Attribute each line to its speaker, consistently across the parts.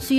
Speaker 1: 需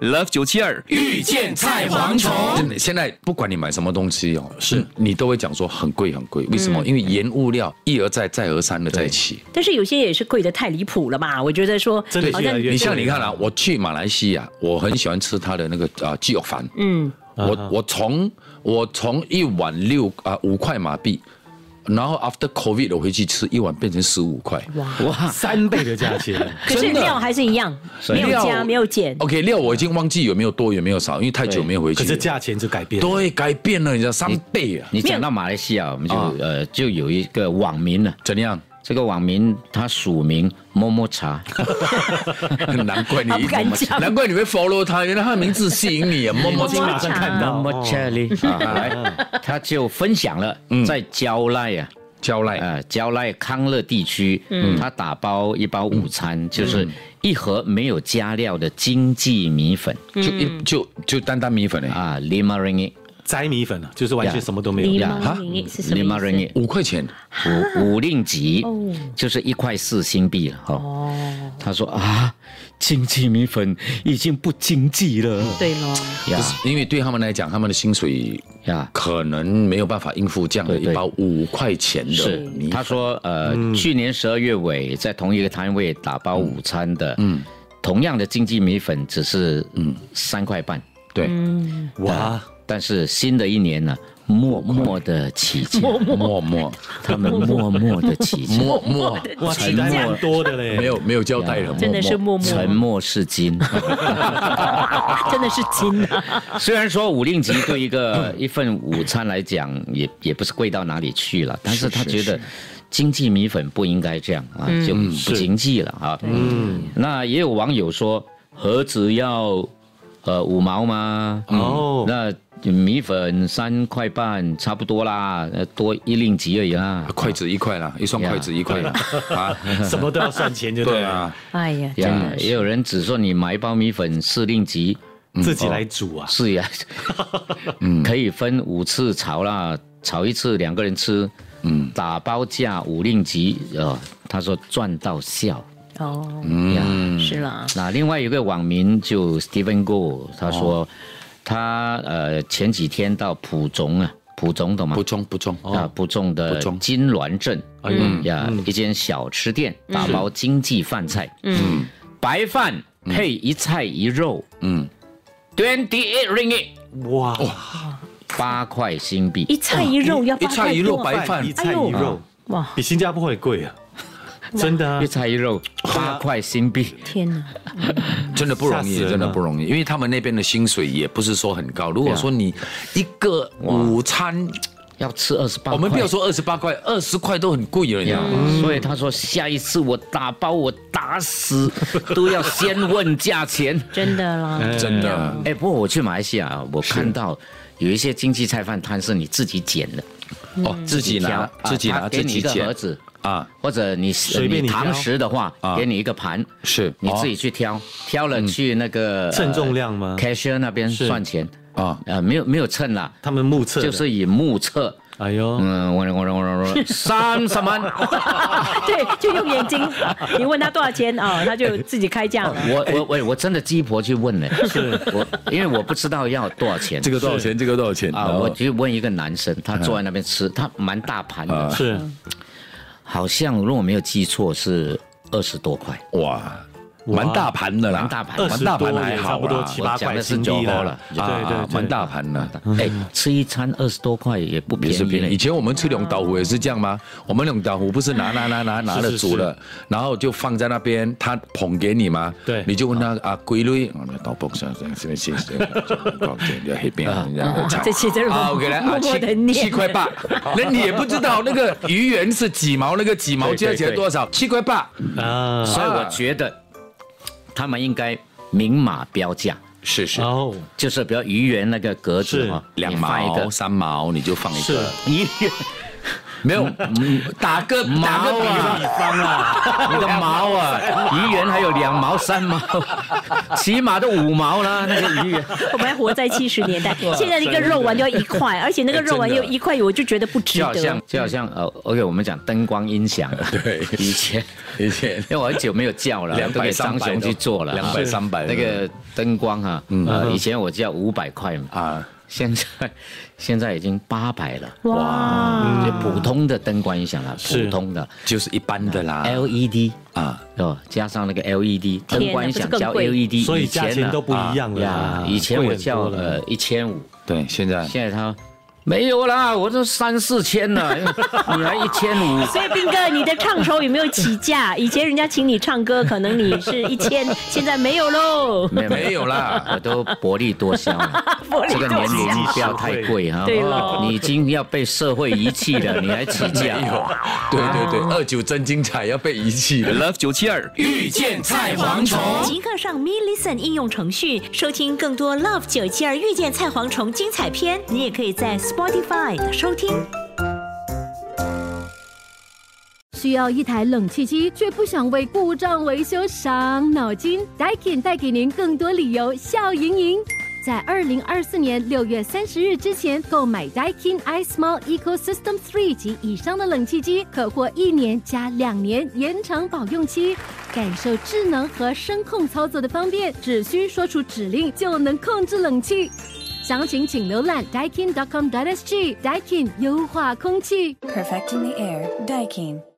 Speaker 2: Love 九七二
Speaker 3: 遇见菜蝗虫，
Speaker 4: 真的，现在不管你买什么东西哦，
Speaker 3: 是嗯
Speaker 4: 你都会讲说很贵很贵，为什么？因为原物料一而再再而三的在起。
Speaker 5: 但是有些也是贵的太离谱了吧？我觉得说，
Speaker 3: 真的
Speaker 5: 好
Speaker 3: 嗯越来
Speaker 5: 像
Speaker 3: 越
Speaker 4: 你像你看啊，我去马来西亚，我很喜欢吃它的那个啊鸡肉饭，
Speaker 5: 嗯，
Speaker 3: 啊
Speaker 4: 我我从我从一碗六啊五块马币，然后 after COVID 我回去吃一碗变成十五块，
Speaker 3: 哇，三倍的 价钱，
Speaker 5: 可是
Speaker 4: 真的
Speaker 5: 料还是一样，没有加
Speaker 4: 料
Speaker 5: 没有减，
Speaker 4: OK 料我已经忘记有没有多有没有少，因为太久没有回去
Speaker 3: 可
Speaker 4: 了。
Speaker 3: 是嗯价钱就改变了。
Speaker 4: 对改变了，你知道三倍啊？
Speaker 6: 你讲到马来西亚，我们就、
Speaker 4: 啊
Speaker 6: 呃就有一个网民了、
Speaker 4: 怎样？
Speaker 6: 这个网民他署名么么茶，
Speaker 4: 难怪你
Speaker 5: 他不敢讲
Speaker 4: 难怪你会 follow 他，原来他的名字吸引你啊，么 么
Speaker 3: 我今天
Speaker 4: 哒。
Speaker 3: 马上看
Speaker 6: 么
Speaker 3: 到
Speaker 6: 么茶哩，啊来他就分享了在蕉赖啊。
Speaker 4: 交赖
Speaker 6: 呃，蕉赖康乐地区，他打包一包午餐，就是一盒没有加料的经济米粉
Speaker 4: 就
Speaker 5: 嗯
Speaker 4: 一就就担担米粉哎，
Speaker 6: 啊，lima ringgit，
Speaker 3: 摘米粉了，啊就是完全
Speaker 6: 呀
Speaker 3: 什么都没
Speaker 5: 柠
Speaker 3: 有。
Speaker 5: 檬零一是什
Speaker 6: lima
Speaker 5: 么意思？
Speaker 6: ringgit，
Speaker 4: 五块钱，
Speaker 6: 五五令吉
Speaker 5: 哦，
Speaker 6: 就是一块四新币了哦。
Speaker 5: 哦，
Speaker 6: 他说啊，经济米粉已经不经济了
Speaker 5: 对咯，
Speaker 6: 呀
Speaker 4: 因为对他们来讲，他们的薪水
Speaker 6: 呀。
Speaker 4: 可能没有办法应付这样的
Speaker 6: 对
Speaker 4: 一
Speaker 6: 对
Speaker 4: 包五块钱的
Speaker 6: 是，
Speaker 4: 米
Speaker 6: 他
Speaker 4: 粉。
Speaker 6: 说，呃，去年十二月尾在同一个摊位打包午餐的，嗯，同样的经济米粉只是嗯三块半，
Speaker 4: 对，
Speaker 3: 哇，
Speaker 6: 但是新的一年呢，默默的起价，
Speaker 4: 默默
Speaker 6: 他们默默的起价，
Speaker 4: 默默
Speaker 3: 哇，期待蛮多的嘞。
Speaker 4: 没有没有交代了，
Speaker 5: 真的是默默
Speaker 6: 沉默是金。
Speaker 5: 真的是金啊！
Speaker 6: 虽然说五令吉对一个 一份午餐来讲也也不是贵到哪里去了，但是他觉得经济米粉不应该这样啊，就不经济了啊。嗯，那也有网友说何止要呃五毛吗？
Speaker 3: 哦
Speaker 6: 那米粉三块半差不多啦，呃多一令吉而已啦。
Speaker 4: 筷子一块啦，一双
Speaker 6: 呀
Speaker 4: 筷子一块啦 啊，
Speaker 3: 什么都要算钱，就
Speaker 4: 对
Speaker 3: 了，
Speaker 4: 啊，
Speaker 5: 哎呀，真
Speaker 6: 呀，
Speaker 5: 的
Speaker 6: 也
Speaker 5: 是
Speaker 6: 有人只说你买一包米粉四令吉，
Speaker 4: 嗯
Speaker 3: 自己来煮啊。
Speaker 6: 是呀，可以分五次炒啦，炒一次两个人吃，嗯，打包价五令吉，呃，他说赚到笑。
Speaker 5: 哦，
Speaker 6: 嗯，
Speaker 5: 是啦，
Speaker 6: 那另外有个网民就 Steven Go，他说、他呃前几天到普种啊，普种懂吗
Speaker 4: 不？中不中，
Speaker 6: 啊，普种的
Speaker 4: 普种
Speaker 6: 金銮镇，
Speaker 3: 哎呦
Speaker 6: 嗯呀，一间小吃店打包经济饭菜，嗯，白饭配一菜一肉
Speaker 4: 嗯，
Speaker 6: ，twenty eight ringgit，
Speaker 4: 哦
Speaker 3: 哇，
Speaker 6: 八块新币，
Speaker 5: 一菜一肉要
Speaker 4: 一
Speaker 5: 八
Speaker 4: 菜
Speaker 5: 块
Speaker 4: 一肉
Speaker 5: 多，
Speaker 4: 白饭
Speaker 3: 一，菜一
Speaker 5: 哎
Speaker 3: 肉，
Speaker 5: 哇，
Speaker 3: 比新加坡还贵啊！真的啊
Speaker 6: 一，菜一 肉八块新币，
Speaker 5: 天哪！
Speaker 4: 真的不容易
Speaker 3: 吓死，人了
Speaker 4: 真的不容易，因为他们那边的薪水也不是说很高。如果说你一个午餐，
Speaker 6: 要吃二十八。嗯
Speaker 4: 我们不要说二十八块，二十块都很贵啊了，你知
Speaker 6: 呀
Speaker 4: 道吗？
Speaker 6: 所以他说下一次我打包我打 死都要先问价钱。
Speaker 5: 真的啦，
Speaker 4: 真的，
Speaker 6: 哎，不过我去马来西亚，我看到有一些经济菜饭摊是你自己捡的，
Speaker 4: 哦，自己拿
Speaker 6: 挑，
Speaker 4: 自己
Speaker 6: 嗯啊
Speaker 4: 拿，
Speaker 6: 他
Speaker 4: 自
Speaker 6: 给你
Speaker 4: 己
Speaker 6: 一个盒
Speaker 4: 捡
Speaker 6: 子，
Speaker 4: 啊，
Speaker 6: 或者你
Speaker 3: 随便你
Speaker 6: 你
Speaker 3: 挑
Speaker 6: 堂食的话
Speaker 4: 啊，
Speaker 6: 给你一个盘，
Speaker 4: 是
Speaker 6: 你自
Speaker 4: 哦嗯
Speaker 6: 己去挑，挑了去那个
Speaker 3: 称重量
Speaker 4: 呃
Speaker 3: 吗
Speaker 6: c a s h i e r 那边
Speaker 3: 是
Speaker 6: 算钱
Speaker 4: 啊
Speaker 6: 呃，没有没有称啦，
Speaker 3: 他们目测的
Speaker 6: 就是以目测。
Speaker 3: 哎呦，
Speaker 6: 嗯，我我我我我三十万，
Speaker 5: 对，就用眼睛， 你问他多少钱啊，他就自己开价了。
Speaker 6: 我我我我真的鸡婆去问了，是我因为我不知道要多少钱
Speaker 4: 这个多少钱？这个多少钱？哦
Speaker 6: 啊，我去问一个男生，他坐在那边吃，他蛮大盘的，
Speaker 3: 是
Speaker 6: 好像如果没有记错是二十多块，
Speaker 4: 哇，蛮大盘的啦，
Speaker 6: 蛮大盘
Speaker 3: 二
Speaker 6: 的
Speaker 3: 十
Speaker 4: 蛮
Speaker 3: 多
Speaker 4: 呃大盘还
Speaker 3: 也差
Speaker 4: 好
Speaker 3: 不多
Speaker 4: 啦
Speaker 3: 七
Speaker 6: 我
Speaker 3: 八
Speaker 6: 讲
Speaker 3: 块
Speaker 6: 的是
Speaker 3: 新币
Speaker 6: 酒后
Speaker 3: 啦
Speaker 6: 了，
Speaker 3: 对对，
Speaker 4: 蛮啊
Speaker 3: 对。
Speaker 4: 大盘的。
Speaker 6: 哎，吃一餐二十多块也不
Speaker 4: 也
Speaker 6: 便
Speaker 4: 是
Speaker 6: 宜啊
Speaker 4: 便宜。以
Speaker 6: 嘞，
Speaker 4: 前我们吃龙岛虎也是这样吗？我们龙岛虎不是拿拿拿 拿拿
Speaker 3: 是
Speaker 4: 了
Speaker 3: 是
Speaker 4: 煮了，然后就放在那边，他捧给你吗？
Speaker 3: 对
Speaker 4: 你就问他啊，龟类，我们到崩上上上上上上在黑边人家
Speaker 5: 这期真是
Speaker 4: 啊，OK 来啊，
Speaker 5: 默默地
Speaker 4: 七
Speaker 5: 念
Speaker 4: 七块八，那你也不知道那个鱼圆是几毛，那个几毛
Speaker 6: 对对
Speaker 4: 加起来多少？七块八，
Speaker 3: 啊，
Speaker 6: 所以我觉得他们应该明码标价，
Speaker 4: 是是，
Speaker 3: 哦，
Speaker 6: 就是比如鱼圆那个格子
Speaker 3: 是
Speaker 6: 哈，
Speaker 4: 啊两
Speaker 6: 你放一
Speaker 4: 毛
Speaker 6: 个
Speaker 4: 三毛你就放一
Speaker 3: 是
Speaker 4: 个，没有嗯打个打个
Speaker 6: 嗯毛
Speaker 4: 比
Speaker 6: 啊
Speaker 4: 方，
Speaker 3: 方啊，
Speaker 6: 你的毛啊， 鱼圆还有两毛、三毛，起码都五毛啦。那个鱼圆，
Speaker 5: 我们还活在七十年代，现在那个肉丸都要一块，而且那个肉丸
Speaker 4: 真
Speaker 5: 又
Speaker 4: 的
Speaker 5: 一块，我就觉得不 值
Speaker 6: 就好
Speaker 5: 得
Speaker 6: 像。就好像呃，OK，我们讲灯光音响，啊
Speaker 4: 对
Speaker 6: 以前。
Speaker 4: 以前
Speaker 6: 因为我很久没有叫了，
Speaker 4: 200
Speaker 6: 都给张
Speaker 4: 300
Speaker 6: 雄去做了，
Speaker 4: 200
Speaker 6: 是
Speaker 4: 300
Speaker 6: 那个灯光哈，
Speaker 3: 嗯
Speaker 6: 呃以前我叫五百块嘛，
Speaker 4: 啊，
Speaker 6: 现在现在已经八百了，
Speaker 4: 嗯
Speaker 6: 就
Speaker 5: 哇，
Speaker 6: 普通的灯光音响了，
Speaker 3: 是啊
Speaker 6: 普通的
Speaker 4: 就是一般的啦
Speaker 6: 哎 LED
Speaker 4: 啊，
Speaker 6: 哦，加上那个 LED 灯光音响
Speaker 5: 不是
Speaker 6: 加
Speaker 5: 更贵
Speaker 6: LED，
Speaker 3: 所以
Speaker 6: 前
Speaker 3: 价钱
Speaker 6: 呢
Speaker 3: 都不一样了
Speaker 6: 呀
Speaker 3: 啊，，
Speaker 6: 以前
Speaker 3: 贵
Speaker 6: 我
Speaker 3: 很
Speaker 6: 叫
Speaker 3: 多了
Speaker 6: 呃一千五，
Speaker 4: 对，现在
Speaker 6: 现在他没有啦，我都三四千了，你还一千五，
Speaker 5: 所以斌哥，你的唱酬有没有起 价？以前人家请你唱歌，可能你是一千，现在没有喽。
Speaker 6: 没有
Speaker 4: 没有啦，
Speaker 6: 我都薄利多销了
Speaker 5: 薄利
Speaker 6: 这
Speaker 5: 多销
Speaker 6: 个年龄不要太贵哈。
Speaker 5: 对咯
Speaker 6: 你已经要被社会遗弃了，你还起价？
Speaker 4: 哎对对对，二九真精彩要被遗弃了。
Speaker 2: Love 九七二遇见菜蝗虫。
Speaker 5: 即刻上 Me Listen 应用程序收听更多 Love 九七二遇见菜蝗虫精彩片，你也可以在 Spotify 收听。
Speaker 1: 需要一台冷气机，却不想为故障维修伤脑筋？Daikin 带给您更多理由笑盈盈。在二零二四年六月三十日之前购买 Daikin iSmall Ecosystem Three 及以上的冷气机，可获一年加两年延长保用期。感受智能和声控操作的方便，只需说出指令就能控制冷气。详情请浏览 daikin.com.sg。Daikin 优化空气。
Speaker 7: Perfecting the air, Daikin.